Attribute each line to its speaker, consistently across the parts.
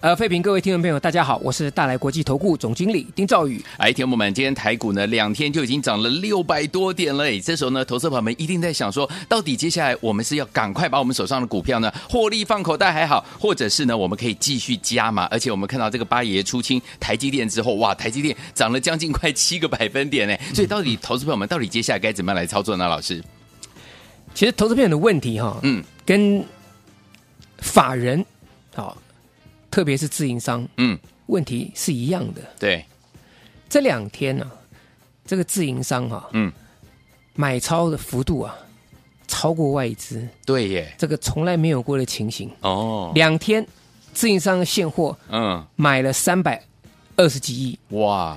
Speaker 1: 呃，废品各位听众朋友，大家好，我是大来国际投顾总经理丁兆宇。
Speaker 2: 哎，听众朋友们，今天台股呢两天就已经涨了六百多点了，哎，这时候呢，投资朋友们一定在想说，到底接下来我们是要赶快把我们手上的股票呢获利放口袋还好，或者是呢我们可以继续加码？而且我们看到这个八爷出清台积电之后，哇，台积电涨了将近快七个百分点呢，哎所以到 底投资朋友们到底接下来该怎么样来操作呢？老师，
Speaker 1: 其实投资朋友的问题哈、
Speaker 2: 嗯
Speaker 1: 跟法人好、特别是自营商
Speaker 2: 嗯，
Speaker 1: 问题是一样的。
Speaker 2: 对，
Speaker 1: 这两天呢、这个自营商哈、
Speaker 2: 嗯，
Speaker 1: 买超的幅度啊，超过外资，
Speaker 2: 对耶，
Speaker 1: 这个从来没有过的情形。
Speaker 2: 哦，
Speaker 1: 两天，自营商的现货
Speaker 2: 嗯，
Speaker 1: 买了三百二十几亿，
Speaker 2: 哇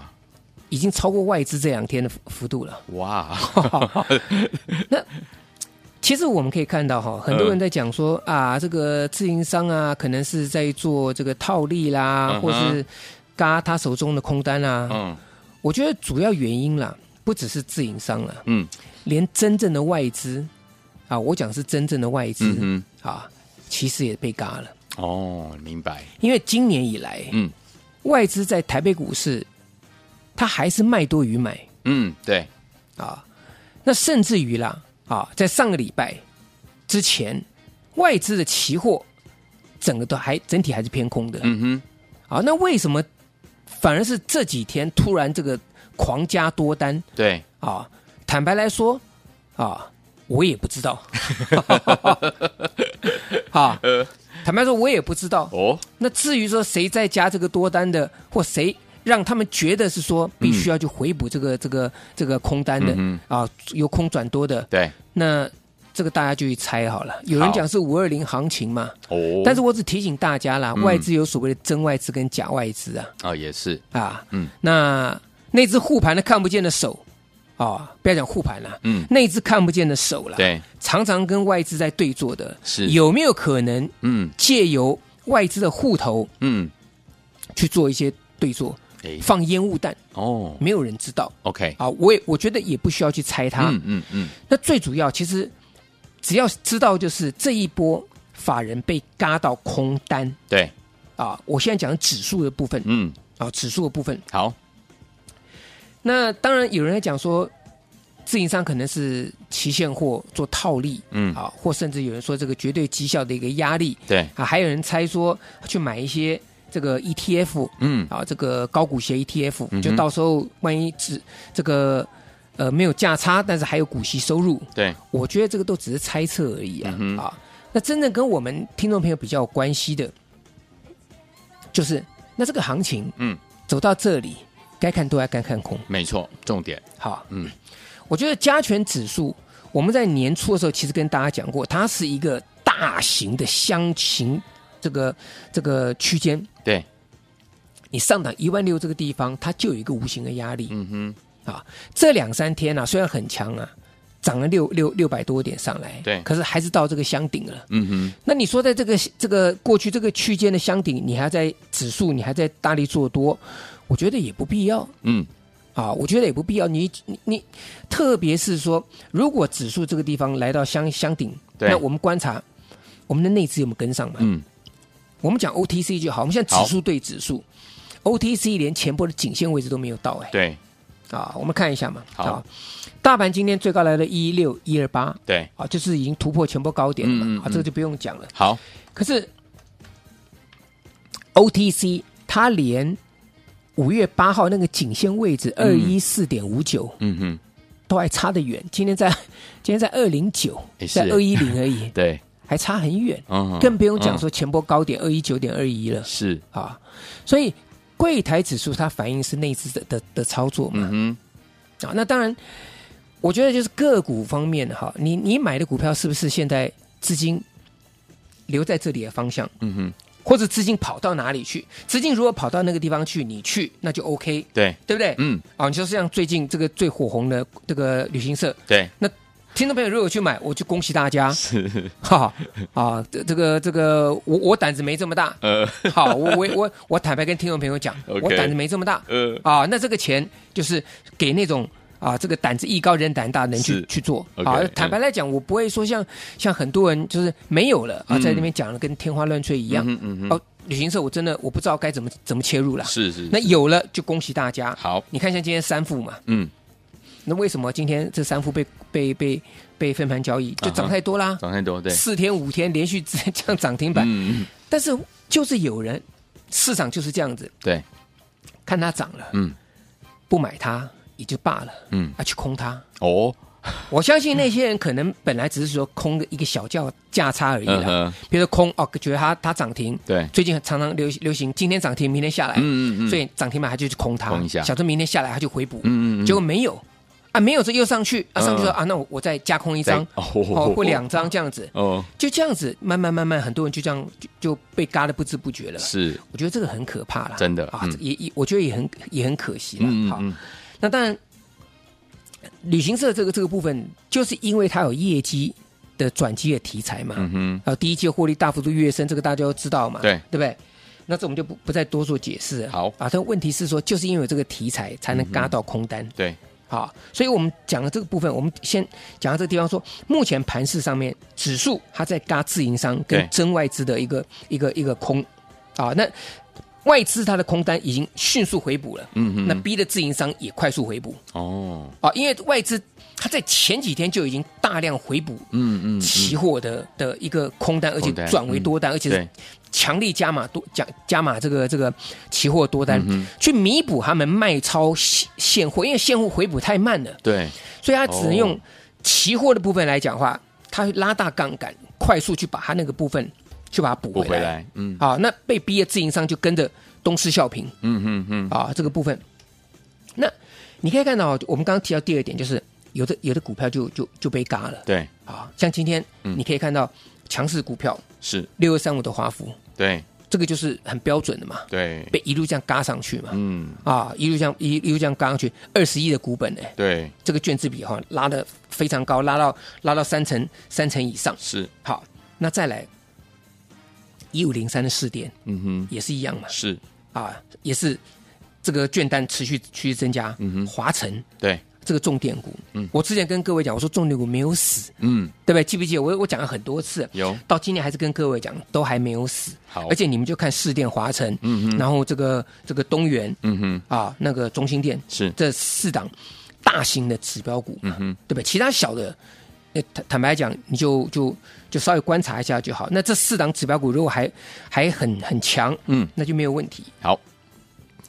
Speaker 1: 已经超过外资这两天的幅幅度了。
Speaker 2: 哇，
Speaker 1: 其实我们可以看到哈，很
Speaker 2: 嗯
Speaker 1: 多人在讲说、啊，这个自营商啊，可能是在做这个套利啦，
Speaker 2: 嗯哼
Speaker 1: 或是嘎他手中的空单啊。
Speaker 2: 嗯
Speaker 1: 我觉得主要原因啦，不只是自营商啦，
Speaker 2: 嗯
Speaker 1: 连真正的外资啊，我讲是真正的外资、
Speaker 2: 嗯
Speaker 1: 啊，其实也被嘎了。
Speaker 2: 哼，哦，明白，
Speaker 1: 因为今年以来，
Speaker 2: 嗯
Speaker 1: 外资在台北股市，它还是卖多于买
Speaker 2: 嗯，对，
Speaker 1: 啊。那甚至于啦啊，在上个礼拜之前，外资的期货整个都还整体还是偏空的、
Speaker 2: 嗯哼。
Speaker 1: 啊。那为什么反而是这几天突然这个狂加多单
Speaker 2: 对，
Speaker 1: 啊？坦白来说啊，我也不知道。 啊，
Speaker 2: 呃
Speaker 1: 坦白说，我也不知道。
Speaker 2: 哦，
Speaker 1: 那至于说谁在加这个多单的，或谁让他们觉得是说必须要去回补这个、这个这个空单的、
Speaker 2: 嗯
Speaker 1: 啊，由空转多的，
Speaker 2: 对，
Speaker 1: 那这个大家就去猜好了。有人
Speaker 2: 好
Speaker 1: 讲是五二零行情嘛，
Speaker 2: 哦
Speaker 1: 但是我只提醒大家啦，
Speaker 2: 嗯
Speaker 1: 外资有所谓的真外资跟假外资啊
Speaker 2: 哦也是，
Speaker 1: 啊，
Speaker 2: 嗯，
Speaker 1: 那那只护盘的看不见的手啊，不要讲护盘啦，
Speaker 2: 嗯，
Speaker 1: 那只看不见的手啦，，
Speaker 2: 对，
Speaker 1: 常常跟外资在对坐的，
Speaker 2: 是
Speaker 1: 有没有可能
Speaker 2: 嗯
Speaker 1: 借由外资的户头？
Speaker 2: 嗯，
Speaker 1: 去做一些对坐，
Speaker 2: 哎，
Speaker 1: 放烟雾弹，
Speaker 2: 哦
Speaker 1: 没有人知道
Speaker 2: ，OK，
Speaker 1: 啊。我也我觉得也不需要去猜它。
Speaker 2: 嗯嗯嗯，
Speaker 1: 那最主要其实只要知道，就是这一波法人被嘎到空单
Speaker 2: 对，
Speaker 1: 啊。我现在讲指数的部分
Speaker 2: 嗯，
Speaker 1: 啊，指数的部分。
Speaker 2: 好，
Speaker 1: 那当然有人在讲说，自营商可能是期现货做套利，
Speaker 2: 嗯
Speaker 1: 啊，或甚至有人说这个绝对绩效的一个压力
Speaker 2: 对，
Speaker 1: 啊，还有人猜说去买一些这个 ETF。
Speaker 2: 嗯，
Speaker 1: 啊，这个高股息 ETF，、
Speaker 2: 嗯哼
Speaker 1: 就到时候万一只这个呃没有价差，但是还有股息收入，
Speaker 2: 对，
Speaker 1: 我觉得这个都只是猜测而已啊、
Speaker 2: 嗯哼
Speaker 1: 啊。那真正跟我们听众朋友比较有关系的，就是那这个行情，
Speaker 2: 嗯，
Speaker 1: 走到这里该看多还该看空，
Speaker 2: 没错，重点，
Speaker 1: 好，
Speaker 2: 嗯，
Speaker 1: 我觉得加权指数我们在年初的时候其实跟大家讲过，它是一个大型的箱型这个这个区间，
Speaker 2: 对，
Speaker 1: 你上档一万六这个地方，它就有一个无形的压力。
Speaker 2: 嗯哼，
Speaker 1: 啊，这两三天啊，虽然很强啊，涨了六六六百多点上来，
Speaker 2: 对
Speaker 1: 可是还是到这个箱顶了。
Speaker 2: 嗯哼，
Speaker 1: 那你说，在这个这个过去这个区间的箱顶，你还在指数，你还在大力做多，我觉得也不必要
Speaker 2: 嗯，
Speaker 1: 啊，我觉得也不必要。你你你，特别是说，如果指数这个地方来到箱箱顶，
Speaker 2: 对
Speaker 1: 那我们观察我们的内资有没有跟上嘛？
Speaker 2: 嗯，
Speaker 1: 我们讲 OTC 就好，我们现在指数对指数，OTC 连前波的颈线位置都没有到哎、
Speaker 2: 对，
Speaker 1: 啊，我们看一下嘛。
Speaker 2: 好
Speaker 1: 啊，大盘今天最高来了一六一二八，
Speaker 2: 对，
Speaker 1: 啊，就是已经突破前波高点了嘛，
Speaker 2: 嗯嗯
Speaker 1: 啊，这个就不用讲了。
Speaker 2: 好，
Speaker 1: 可是 OTC 它
Speaker 2: 嗯
Speaker 1: 连五月八号那个颈线位置二一四点五九
Speaker 2: 嗯哼，
Speaker 1: 都还差得远。今天在 今天在二零九
Speaker 2: 也，是，
Speaker 1: 在二一零而已
Speaker 2: 对，
Speaker 1: 还差很远，
Speaker 2: 嗯
Speaker 1: 更不用讲说前波高点二一九点二一了
Speaker 2: 是，
Speaker 1: 啊。所以柜台指数它反映是内资的的的操作嘛，
Speaker 2: 嗯
Speaker 1: 啊，那当然，我觉得就是个股方面哈，你你买的股票是不是现在资金留在这里的方向，
Speaker 2: 哼，嗯哼，
Speaker 1: 或者资金跑到哪里去？资金如果跑到那个地方去，你去那就 OK，
Speaker 2: 对，
Speaker 1: 对不对？
Speaker 2: 嗯，
Speaker 1: 啊，你就像最近这个最火红的这个旅行社，
Speaker 2: 对，
Speaker 1: 那听众朋友如果有去买，我就恭喜大 家，
Speaker 2: 是，
Speaker 1: 哈啊，这这个这个我我胆子没这么大，
Speaker 2: 呃
Speaker 1: 好，我我我我坦白跟听众朋友讲，
Speaker 2: OK
Speaker 1: 我胆子没这么大，
Speaker 2: 呃
Speaker 1: 啊，那这个钱就是给那种啊，这个胆子艺高人胆大的人去
Speaker 2: 是
Speaker 1: 去做
Speaker 2: OK，
Speaker 1: 啊
Speaker 2: 嗯。
Speaker 1: 坦白来讲，我不会说像像很多人就是没有了啊，在那边讲的跟天花乱坠一样。
Speaker 2: 嗯嗯
Speaker 1: 哦，旅行社我真的我不知道该怎么怎么切入了。
Speaker 2: 是是，
Speaker 1: 那有了就恭喜大家。
Speaker 2: 好，
Speaker 1: 你看像今天三副嘛，
Speaker 2: 嗯，
Speaker 1: 那为什么今天这三副被被被被分盘交易就
Speaker 2: 啊
Speaker 1: 涨
Speaker 2: 哈
Speaker 1: 太多啦？
Speaker 2: 涨太多，对，
Speaker 1: 四天五天连续这 样涨停板，
Speaker 2: 嗯，嗯
Speaker 1: 但是就是有人市场就是这样子，
Speaker 2: 对，
Speaker 1: 看它涨了，
Speaker 2: 嗯
Speaker 1: 不买它也就罢了，
Speaker 2: 嗯，
Speaker 1: 啊，去空它。
Speaker 2: 哦，
Speaker 1: 我相信那些人可能本来只是说空的一个小价价差而已
Speaker 2: 嗯
Speaker 1: 啦，
Speaker 2: 哼，
Speaker 1: 比如说空哦，觉得它它涨停，
Speaker 2: 对，
Speaker 1: 最近常常流流行今天涨停，明天下来，
Speaker 2: 嗯嗯嗯，
Speaker 1: 所以涨停板它就去空它，
Speaker 2: 空一下
Speaker 1: 想说明天下来它就回补，
Speaker 2: 嗯嗯嗯
Speaker 1: 结果没有啊，没有这又上去啊，上去说、
Speaker 2: 嗯
Speaker 1: 啊，那我我再加空一
Speaker 2: 再
Speaker 1: 张
Speaker 2: 哦
Speaker 1: 哦或两张这样子，
Speaker 2: 哦，
Speaker 1: 就这样子慢慢慢慢，很多人就这样就就被嘎的不知不觉了。
Speaker 2: 是，
Speaker 1: 我觉得这个很可怕啦，
Speaker 2: 真的
Speaker 1: 啊
Speaker 2: 嗯，
Speaker 1: 这也也我觉得也很也很可惜了。
Speaker 2: 嗯
Speaker 1: 好，
Speaker 2: 嗯
Speaker 1: 那当然，旅行社这个这个部分，就是因为它有业绩的转机的题材嘛，啊
Speaker 2: 嗯哼，
Speaker 1: 然后第一季获利大幅度跃升，这个大家都知道嘛，
Speaker 2: 对
Speaker 1: 对不对？那这我们就不不再多做解释了。
Speaker 2: 好嗯
Speaker 1: 啊，但问题是说，就是因为有这个题材才能嘎到空单，
Speaker 2: 对，
Speaker 1: 好，所以我们讲的这个部分，我们先讲到这个地方说，目前盘市上面指数它在嘎自营商
Speaker 2: 对
Speaker 1: 跟真外资的一个一个一个空啊，那外资它的空单已经迅速回补了，
Speaker 2: 嗯
Speaker 1: 那
Speaker 2: 哼，
Speaker 1: 逼的自营商也快速回补
Speaker 2: 哦，
Speaker 1: 啊，因为外资它在前几天就已经大量回补
Speaker 2: 嗯嗯，
Speaker 1: 期货的的一个空单，而且
Speaker 2: 空单嗯
Speaker 1: 转为多单，而且是
Speaker 2: 对，
Speaker 1: 强力加码多加加码这个这个期货多单
Speaker 2: 嗯，哼，
Speaker 1: 去弥补他们卖超现现货，因为现货回补太慢了，
Speaker 2: 对，
Speaker 1: 所以它只能
Speaker 2: 哦
Speaker 1: 用期货的部分来讲话，它拉大杠杆，快速去把它那个部分去把它补
Speaker 2: 补
Speaker 1: 回
Speaker 2: 回
Speaker 1: 来。
Speaker 2: 来，嗯
Speaker 1: 啊，那被逼的自营商就跟着东施效颦，
Speaker 2: 嗯嗯嗯，
Speaker 1: 啊，这个部分。那你可以看到，我们刚刚提到第二点，就是有的有的股票就就就被嘎了
Speaker 2: 对，
Speaker 1: 啊，像今天
Speaker 2: 嗯
Speaker 1: 你可以看到强势股票
Speaker 2: 是，
Speaker 1: 六二三五的华孚，
Speaker 2: 对
Speaker 1: 这个就是很标准的嘛，
Speaker 2: 对，
Speaker 1: 被一路这样嘎上去嘛，
Speaker 2: 嗯，
Speaker 1: 啊，一路这样一一路这样嘎上去，二十亿的股本呢，
Speaker 2: 对，
Speaker 1: 这个卷资比哈、拉的非常高，拉到拉到三成三成以上。
Speaker 2: 是，
Speaker 1: 好，那再来一五零三的试点
Speaker 2: 嗯
Speaker 1: 也是一样嘛
Speaker 2: 哼，，是，
Speaker 1: 啊，也是这个券单持续持续增加。
Speaker 2: 嗯哼
Speaker 1: 华晨
Speaker 2: 对，
Speaker 1: 这个重点股，
Speaker 2: 嗯
Speaker 1: 我之前跟各位讲，我说重点股没有死，
Speaker 2: 嗯，
Speaker 1: 对不对？记不记得我我讲了很多次，
Speaker 2: 有，
Speaker 1: 到今年还是跟各位讲，都还没有死。
Speaker 2: 好，
Speaker 1: 而，且你们就看市电、华晨，
Speaker 2: 嗯哼，
Speaker 1: 然后这个这个东元
Speaker 2: 嗯哼，
Speaker 1: 啊，那个中心店
Speaker 2: 是，
Speaker 1: 这四档大型的指标股，
Speaker 2: 嗯哼，
Speaker 1: 对不对？其他小的。呃坦坦白讲，你就就就稍微观察一下就好。那这四档指标股如果还还很很强，
Speaker 2: 嗯，
Speaker 1: 那就没有问题。
Speaker 2: 好，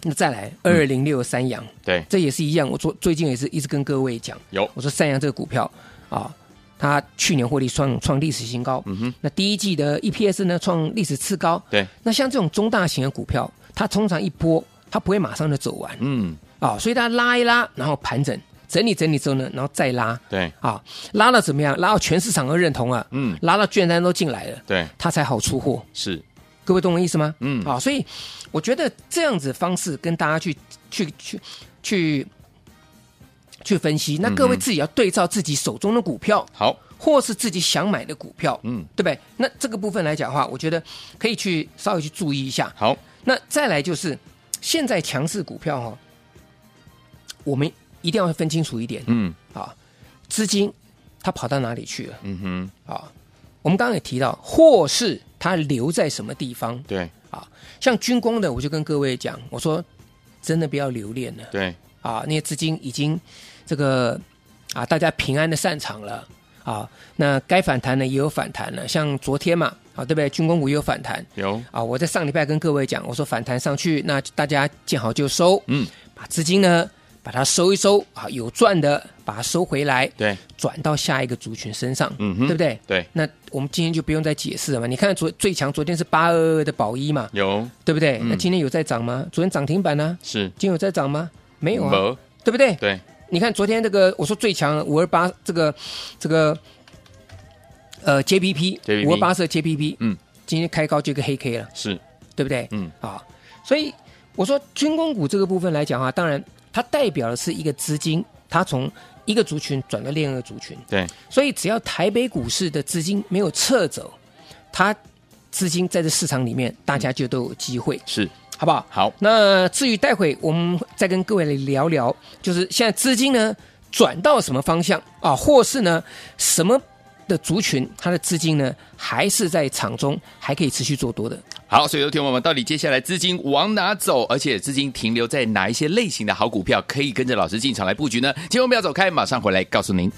Speaker 1: 那再来二二零六三阳，
Speaker 2: 对，
Speaker 1: 这也是一样，我昨最近也是一直跟各位讲，
Speaker 2: 有，
Speaker 1: 我说三阳这个股票啊，它去年获利创创历史新高，
Speaker 2: 嗯哼，
Speaker 1: 那第一季的 EPS 呢创历史次高。
Speaker 2: 对，
Speaker 1: 那像这种中大型的股票，它通常一波它不会马上就走完
Speaker 2: 嗯，
Speaker 1: 啊、所以它拉一拉，然后盘整整理整理之后呢，然后再拉
Speaker 2: 对，
Speaker 1: 啊，拉到怎么样？拉到全市场都认同啊，
Speaker 2: 嗯，
Speaker 1: 拉到券单都进来了，
Speaker 2: 对，
Speaker 1: 它才好出货。
Speaker 2: 是，
Speaker 1: 各位懂我意思吗？
Speaker 2: 嗯，
Speaker 1: 啊，所以我觉得这样子方式跟大家去去去去去分析，那各位
Speaker 2: 嗯哼
Speaker 1: 自己要对照自己手中的股票，
Speaker 2: 好，
Speaker 1: 或是自己想买的股票，
Speaker 2: 嗯，
Speaker 1: 对不对？那这个部分来讲的话，我觉得可以去稍微去注意一下。
Speaker 2: 好，
Speaker 1: 那再来就是现在强势股票哈、哦，我们一定要分清楚一点
Speaker 2: 嗯，
Speaker 1: 啊，资金它跑到哪里去了
Speaker 2: 嗯哼，
Speaker 1: 啊？我们刚刚也提到，或是它留在什么地方？
Speaker 2: 对，
Speaker 1: 像军工的，我就跟各位讲，我说真的不要留恋了
Speaker 2: 对，
Speaker 1: 啊，那些资金已经这个啊，大家平安的散场了啊，那该反弹的也有反弹了，像昨天嘛，啊，对不对？军工股也有反弹
Speaker 2: 有，
Speaker 1: 啊，我在上礼拜跟各位讲，我说反弹上去，那大家见好就收，
Speaker 2: 嗯，
Speaker 1: 把资金呢把它收一收啊，有赚的把它收回来，
Speaker 2: 对，
Speaker 1: 转到下一个族群身上，
Speaker 2: 嗯哼
Speaker 1: 对不对？
Speaker 2: 对
Speaker 1: 那我们今天就不用再解释了嘛。你看昨最强昨天是八二二的宝一嘛，
Speaker 2: 有
Speaker 1: 对不对？
Speaker 2: 嗯
Speaker 1: 那今天有在涨吗？昨天涨停板呢、
Speaker 2: 是
Speaker 1: 今天有在涨吗？没有啊，
Speaker 2: 没
Speaker 1: 对不对？
Speaker 2: 对，
Speaker 1: 你看昨天这个我说最强五二八这个这个呃 JPP
Speaker 2: JPP
Speaker 1: 五二八是 JPP，
Speaker 2: 嗯，
Speaker 1: 今天开高就一个黑 K 了，
Speaker 2: 是
Speaker 1: 对不对？
Speaker 2: 嗯
Speaker 1: 啊，所以我说军工股这个部分来讲啊，当然它代表的是一个资金，它从一个族群转到另一个族群，
Speaker 2: 对，
Speaker 1: 所以只要台北股市的资金没有撤走，它资金在这市场里面，大家就都有机会，
Speaker 2: 是
Speaker 1: 好不好？
Speaker 2: 好，
Speaker 1: 那至于待会我们再跟各位来聊聊，就是现在资金呢转到什么方向啊，或是呢什么的族群，它的资金呢还是在场中还可以持续做多的。
Speaker 2: 好，所以有听我们到底接下来资金往哪走，而且资金停留在哪一些类型的好股票，可以跟着老师进场来布局呢？千万不要走开，马上回来告诉您。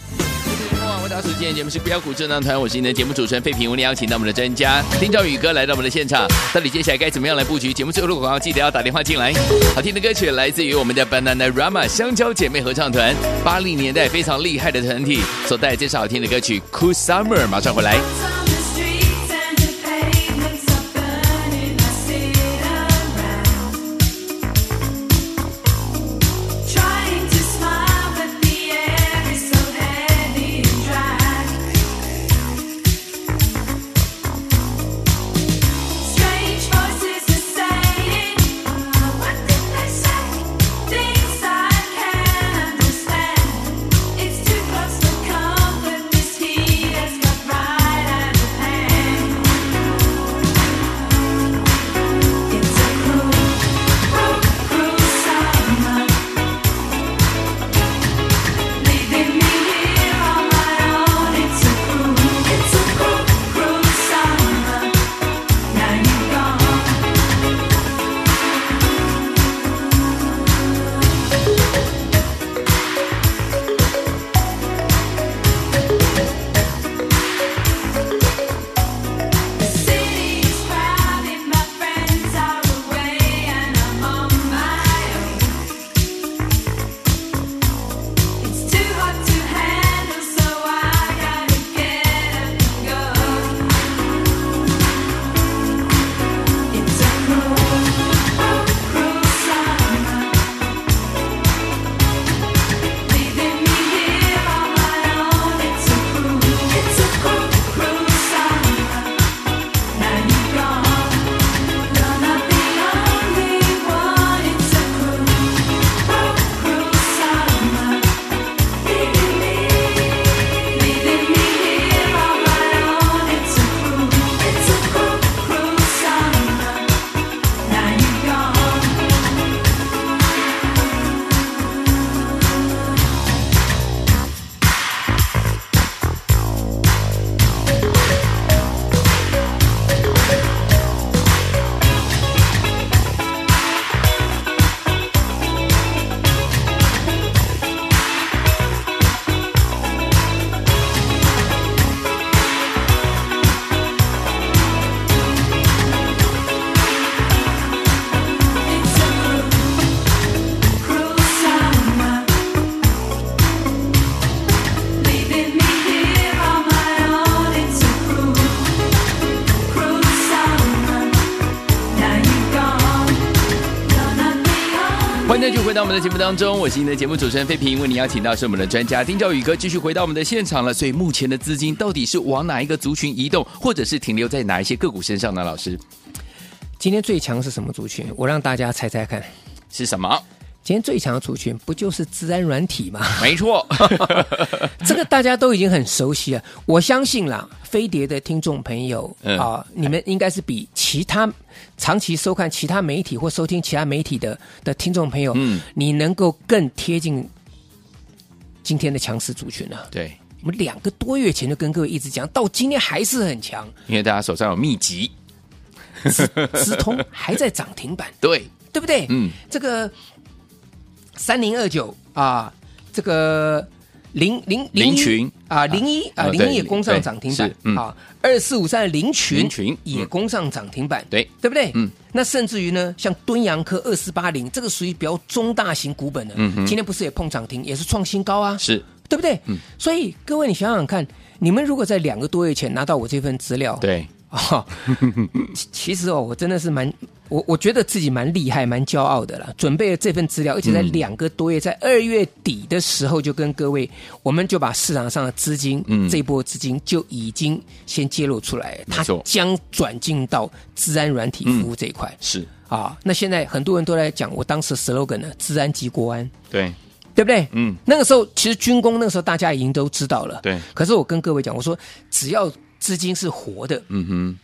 Speaker 2: 回答时间，节目是标股智囊团，我是您的节目主持人费平。我们邀请到我们的专家丁兆宇哥来到我们的现场，到底接下来该怎么样来布局？节目最后如果广告记得要打电话进来。好听的歌曲来自于我们的 Banana Rama 香蕉姐妹合唱团，八零年代非常厉害的团体所带来这首好听的歌曲《Cool Summer》，马上回来。
Speaker 3: Trying to smile, but the air is so heavy and dry. Strange voices are saying, what did they say? Things I can understand. It's too close for comfort. This heat has got right out of hand. It's a cruel, cruel, cruel summer, leaving me here on my own. It's a cruel, it's a cruel, cruel summer. Now you're gone. The city's crowded, my friends are away, and I'm on my own. It's too hot to handle, so I gotta get up and go. It's a cruel, cruel, cruel summer, leaving me here on my own. It's a cruel, it's a cruel, cruel summer. Now you're gone. You're not the only one. It's a cruel, cruel, cruel summer. Leaving me, leaving me here on my own. It's a cruel, it's a cruel, cruel summer. Now you're gone. It's a cruel, cruel summer, leaving me here on my own. It's a cruel, cruel summer. Now you're gone. You're not the only.
Speaker 2: 欢迎再继续回到我们的节目当中，我是您的节目主持人费平，为您邀请到是我们的专家丁兆宇哥，继续回到我们的现场了。所以目前的资金到底是往哪一个族群移动，或者是停留在哪一些个股身上呢？老师
Speaker 1: 今天最强是什么族群？我让大家猜猜看。
Speaker 2: 是什么？
Speaker 1: 今天最强的族群不就是治安软体吗？
Speaker 2: 没错，
Speaker 1: 这个大家都已经很熟悉了。我相信啦，飞碟的听众朋友啊、
Speaker 2: 嗯
Speaker 1: 你们应该是比其他长期收看其他媒体或收听其他媒体的的听众朋友，
Speaker 2: 嗯
Speaker 1: 你能够更贴近今天的强势族群啊。
Speaker 2: 对，
Speaker 1: 我们两个多月前就跟各位一直讲，到今天还是 很强，
Speaker 2: 因为大家手上有秘籍，
Speaker 1: 直通还在涨停板，
Speaker 2: 对，
Speaker 1: 对不对？
Speaker 2: 嗯，
Speaker 1: 这个三零二九啊，这个零零
Speaker 2: 林群
Speaker 1: 啊，零一啊，
Speaker 2: 呃
Speaker 1: 零
Speaker 2: 对
Speaker 1: 一也攻上涨停板
Speaker 2: 对是嗯
Speaker 1: 啊，二四五三的林群
Speaker 2: 林群嗯
Speaker 1: 也攻上涨停板，
Speaker 2: 对
Speaker 1: 对不对？
Speaker 2: 嗯，
Speaker 1: 那甚至于呢，像敦洋科二四八零，这个属于比较中大型股本的，
Speaker 2: 嗯哼
Speaker 1: 今天不是也碰涨停，也是创新高啊，
Speaker 2: 是嗯
Speaker 1: 对不对？所以各位你想想看，你们如果在两个多月前拿到我这份资料，
Speaker 2: 对，
Speaker 1: 哦，其其实哦，我真的是蛮，我我觉得自己蛮厉害、蛮骄傲的啦。准备了这份资料，而且在
Speaker 2: 嗯
Speaker 1: 两个多月，在二月底的时候就跟各位，我们就把市场上的资金，
Speaker 2: 嗯
Speaker 1: 这一波资金就已经先揭露出来，
Speaker 2: 没
Speaker 1: 它
Speaker 2: 错
Speaker 1: 将转进到治安软体服务这一块。
Speaker 2: 嗯是，
Speaker 1: 啊，那现在很多人都在讲我当时 slogan 呢，治安即国安，
Speaker 2: 对，
Speaker 1: 对不对？
Speaker 2: 嗯，
Speaker 1: 那个时候其实军工那个时候大家已经都知道了，
Speaker 2: 对
Speaker 1: 可是我跟各位讲，我说只要资金是活的，
Speaker 2: 嗯哼，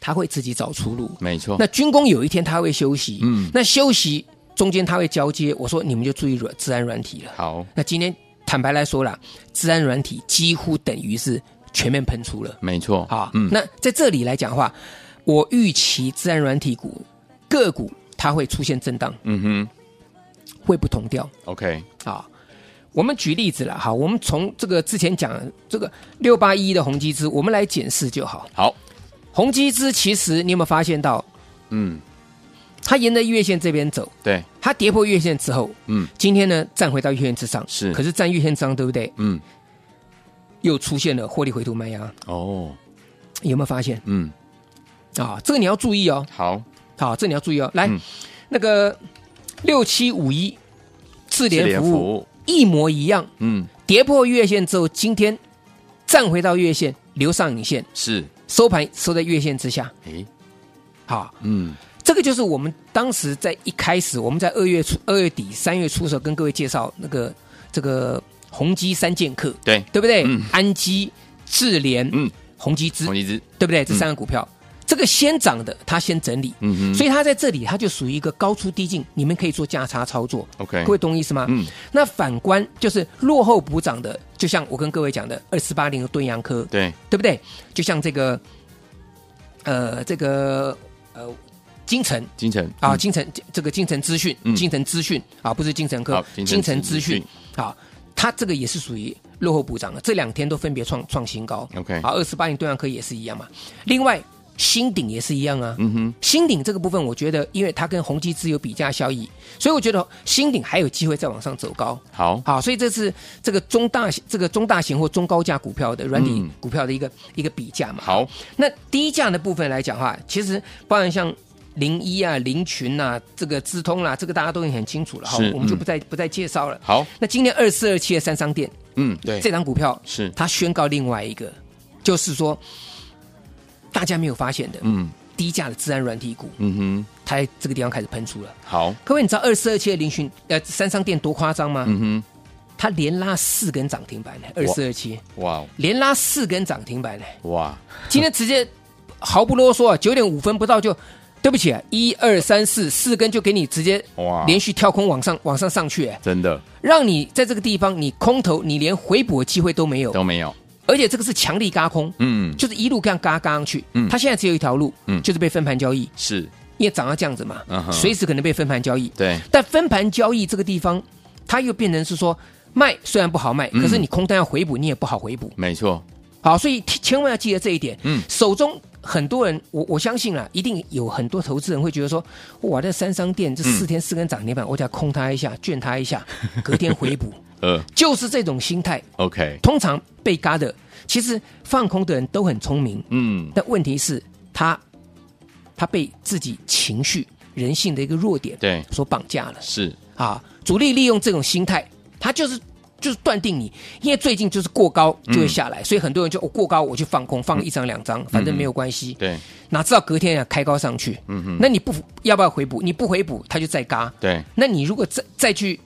Speaker 1: 他会自己找出路。
Speaker 2: 没错，
Speaker 1: 那军工有一天他会休息，
Speaker 2: 嗯
Speaker 1: 那休息中间他会交接。我说你们就注意软治安软体了。
Speaker 2: 好，
Speaker 1: 那今天坦白来说啦，治安软体几乎等于是全面喷出了
Speaker 2: 没错，
Speaker 1: 啊。
Speaker 2: 嗯，
Speaker 1: 那在这里来讲的话，我预期治安软体股个股它会出现震荡，
Speaker 2: 嗯
Speaker 1: 会不同调
Speaker 2: 哼，OK，
Speaker 1: 啊。我们举例子了哈，我们从这个之前讲这个六八一的宏基资，我们来检视就好。
Speaker 2: 好，
Speaker 1: 宏基资其实你有没有发现到，
Speaker 2: 嗯，
Speaker 1: 它沿着月线这边走，
Speaker 2: 对，
Speaker 1: 它跌破月线之后，
Speaker 2: 嗯
Speaker 1: 今天呢站回到月线之上，
Speaker 2: 是
Speaker 1: 可是站月线之上，对不对？
Speaker 2: 嗯，
Speaker 1: 又出现了获利回吐卖压，
Speaker 2: 哦，
Speaker 1: 有没有发现
Speaker 2: 嗯，
Speaker 1: 啊？这个你要注意哦，
Speaker 2: 好，
Speaker 1: 好、这个你要注意哦。来，
Speaker 2: 嗯
Speaker 1: 那个六七五一智
Speaker 2: 智
Speaker 1: 联
Speaker 2: 联
Speaker 1: 服
Speaker 2: 服
Speaker 1: 务
Speaker 2: 务
Speaker 1: 一模一样，
Speaker 2: 嗯，
Speaker 1: 跌破月线之后，今天站回到月线，留上影线，
Speaker 2: 是，
Speaker 1: 收盘收在月线之下，
Speaker 2: 诶，
Speaker 1: 好、
Speaker 2: 嗯，
Speaker 1: 这个就是我们当时在一开始，我们在二月初、二月底、三月初的时候跟各位介绍那个这个宏基三剑客，
Speaker 2: 对，
Speaker 1: 对不对？
Speaker 2: 嗯
Speaker 1: 安基、智联、
Speaker 2: 嗯，
Speaker 1: 宏基资
Speaker 2: 红，旗子，
Speaker 1: 对不对？这三个股票，这个先涨的它先整理，
Speaker 2: 嗯哼，
Speaker 1: 所
Speaker 2: 以
Speaker 1: 以它在这里它就属于一个高出低进，你们可以做价差操作。
Speaker 2: OK，
Speaker 1: 各位懂我意思吗？
Speaker 2: 嗯，
Speaker 1: 那反观就是落后补涨的，就像我跟各位讲的二四八零的敦洋科，
Speaker 2: 对，
Speaker 1: 对不对？就像这个，呃，这个呃，金城
Speaker 2: 金嗯城
Speaker 1: 啊，，金城这这个金城资讯
Speaker 2: 嗯，
Speaker 1: 金城资讯啊，不是金城
Speaker 2: 好
Speaker 1: 科，
Speaker 2: 金城
Speaker 1: 金城
Speaker 2: 资
Speaker 1: 资
Speaker 2: 讯
Speaker 1: 讯啊，它这个也是属于落后补涨的，这两天都分别创创新高。
Speaker 2: OK
Speaker 1: 啊，二十八零对岸科也是一样嘛。另外，新鼎也是一样啊。
Speaker 2: 嗯哼，
Speaker 1: 新鼎这个部分，我觉得因为它跟宏基资有比价效益，所以我觉得新鼎还有机会再往上走高。
Speaker 2: 好，
Speaker 1: 好，所以这是这个中大这个中大型或中高价股票的软体
Speaker 2: 嗯
Speaker 1: 股票的一个、一个比价嘛。
Speaker 2: 好，
Speaker 1: 那低价的部分来讲的话，其实包含像零一啊、零群啊、这个资通啦、这个大家都已经很清楚了哈
Speaker 2: 是，
Speaker 1: 我们就
Speaker 2: 嗯
Speaker 1: 不再、不再介绍了。
Speaker 2: 好，
Speaker 1: 那今年二四二七的三商店，
Speaker 2: 嗯，对，
Speaker 1: 这档股票
Speaker 2: 是，
Speaker 1: 它宣告另外一个，就是说大家没有发现的、
Speaker 2: 嗯
Speaker 1: 低价的自然软体股，
Speaker 2: 嗯
Speaker 1: 它在这个地方开始喷出了。
Speaker 2: 哼，好，
Speaker 1: 各位，你知道二四二七的零群呃三商店多夸张吗？
Speaker 2: 嗯
Speaker 1: 它连拉四根涨停板呢，二四二七
Speaker 2: 哼，哇哦
Speaker 1: 连拉四根涨停板呢，
Speaker 2: 哇，
Speaker 1: 今天直接毫不啰嗦啊，九点五分不到就，对不起、啊，一二三四四根就给你直接
Speaker 2: 哇
Speaker 1: 连续跳空往上往上上去、哎
Speaker 2: 真的
Speaker 1: 让你在这个地方你空头你连回补的机会都没有，
Speaker 2: 都没有，
Speaker 1: 而且这个是强力嘎空，
Speaker 2: 嗯，
Speaker 1: 就是一路这样嘎嘎上去，
Speaker 2: 嗯
Speaker 1: 它现在只有一条路，
Speaker 2: 嗯
Speaker 1: 就是被分盘交易，
Speaker 2: 是，
Speaker 1: 因为涨到这样子嘛
Speaker 2: 嗯，哼
Speaker 1: 随时可能被分盘交易，
Speaker 2: 对，
Speaker 1: 但分盘交易这个地方，它又变成是说卖虽然不好卖，
Speaker 2: 嗯
Speaker 1: 可是你空单要回补，你也不好回补。
Speaker 2: 没错，
Speaker 1: 好，所以千千万要记得这一点。
Speaker 2: 嗯
Speaker 1: 手中很多人，我我相信啊，一定有很多投资人会觉得说，哇，这三商店这
Speaker 2: 嗯
Speaker 1: 四天四根涨停板，我得空它一下，卷它一下， 隔天 回补，
Speaker 2: 呃
Speaker 1: 就是这种心态。
Speaker 2: ，OK，
Speaker 1: 通常被嘎的，其实放空的人都很聪明，
Speaker 2: 嗯，
Speaker 1: 但问题是他他被自己情绪、人性的一个弱点
Speaker 2: 对，
Speaker 1: 所绑架了。
Speaker 2: 是，
Speaker 1: 啊，主力利用这种心态，他就是就是断定你，因为最近就是过高就会下来，所以很多人就、哦、过高我去放空，放一张两张，反正没有关系。
Speaker 2: 对
Speaker 1: 哪知道隔天啊开高上去，嗯哼，那你不要不要回补？你不回补，它就再嘎。
Speaker 2: 对，
Speaker 1: 那你如果再再去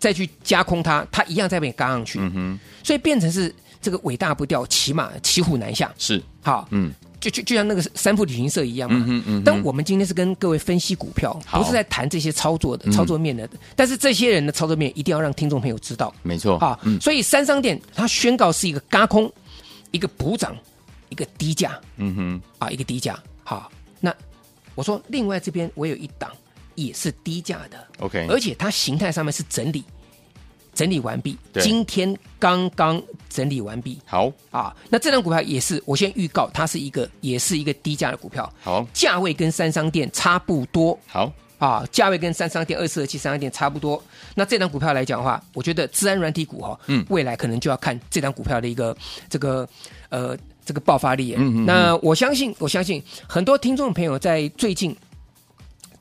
Speaker 1: 再去加空它，它一样再被你嘎上去。嗯哼，所以变成是这个尾大不掉，骑马骑虎难下。
Speaker 2: 是，
Speaker 1: 好，
Speaker 2: 嗯，
Speaker 1: 就就就像那个三步旅行社一样嘛。
Speaker 2: 嗯哼嗯哼
Speaker 1: 但我们今天是跟各位分析股票，
Speaker 2: 好嗯
Speaker 1: 不是在谈这些操作的操作面的。但是这些人的操作面一定要让听众朋友知道
Speaker 2: 没错，
Speaker 1: 啊。
Speaker 2: 嗯，
Speaker 1: 所以三商店它宣告是一个嘎空，一个补涨，一个低价
Speaker 2: 嗯哼，
Speaker 1: 啊，一个低价。好，那我说另外这边我有一档也是低价的，
Speaker 2: OK，
Speaker 1: 而且它形态上面是整理。整理完毕，
Speaker 2: 对
Speaker 1: 今天刚刚整理完毕
Speaker 2: 好，
Speaker 1: 啊。那这张股票也是，我先预告，它是一个也是一个低价的股票，
Speaker 2: 好，
Speaker 1: 价位跟三商店差不多
Speaker 2: 好，
Speaker 1: 啊，价位跟三商店二四二七三商店差不多。那这张股票来讲的话，我觉得治安软体股哈、哦，
Speaker 2: 嗯
Speaker 1: 未来可能就要看这张股票的一个这个呃这个爆发力耶。
Speaker 2: 嗯嗯嗯
Speaker 1: 那我相信，我相信很多听众朋友在最近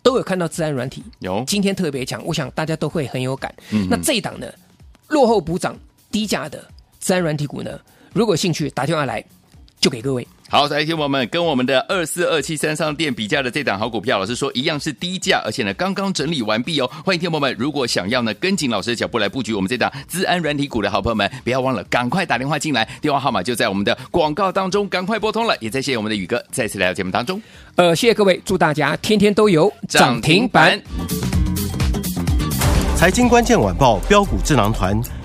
Speaker 1: 都有看到治安软体，
Speaker 2: 有，
Speaker 1: 今天特别强，我想大家都会很有感。
Speaker 2: 嗯
Speaker 1: 那这一档呢，落后补涨低价的自然软体股呢，如果有兴趣打电话来，就给各位。
Speaker 2: 好，来，听众朋友们，跟我们的二四二七三商店比价的这档好股票，老师说一样是低价，而且呢刚刚整理完毕哦。欢迎听众朋友们，如果想要呢跟紧老师的脚步来布局我们这档资安软体股的好朋友们，不要忘了赶快打电话进来，电话号码就在我们的广告当中，赶快拨通了。也再谢谢我们的宇哥再次来到节目当中，
Speaker 1: 呃，谢谢各位，祝大家天天都有涨停板。
Speaker 4: 财经关键晚报标股智囊团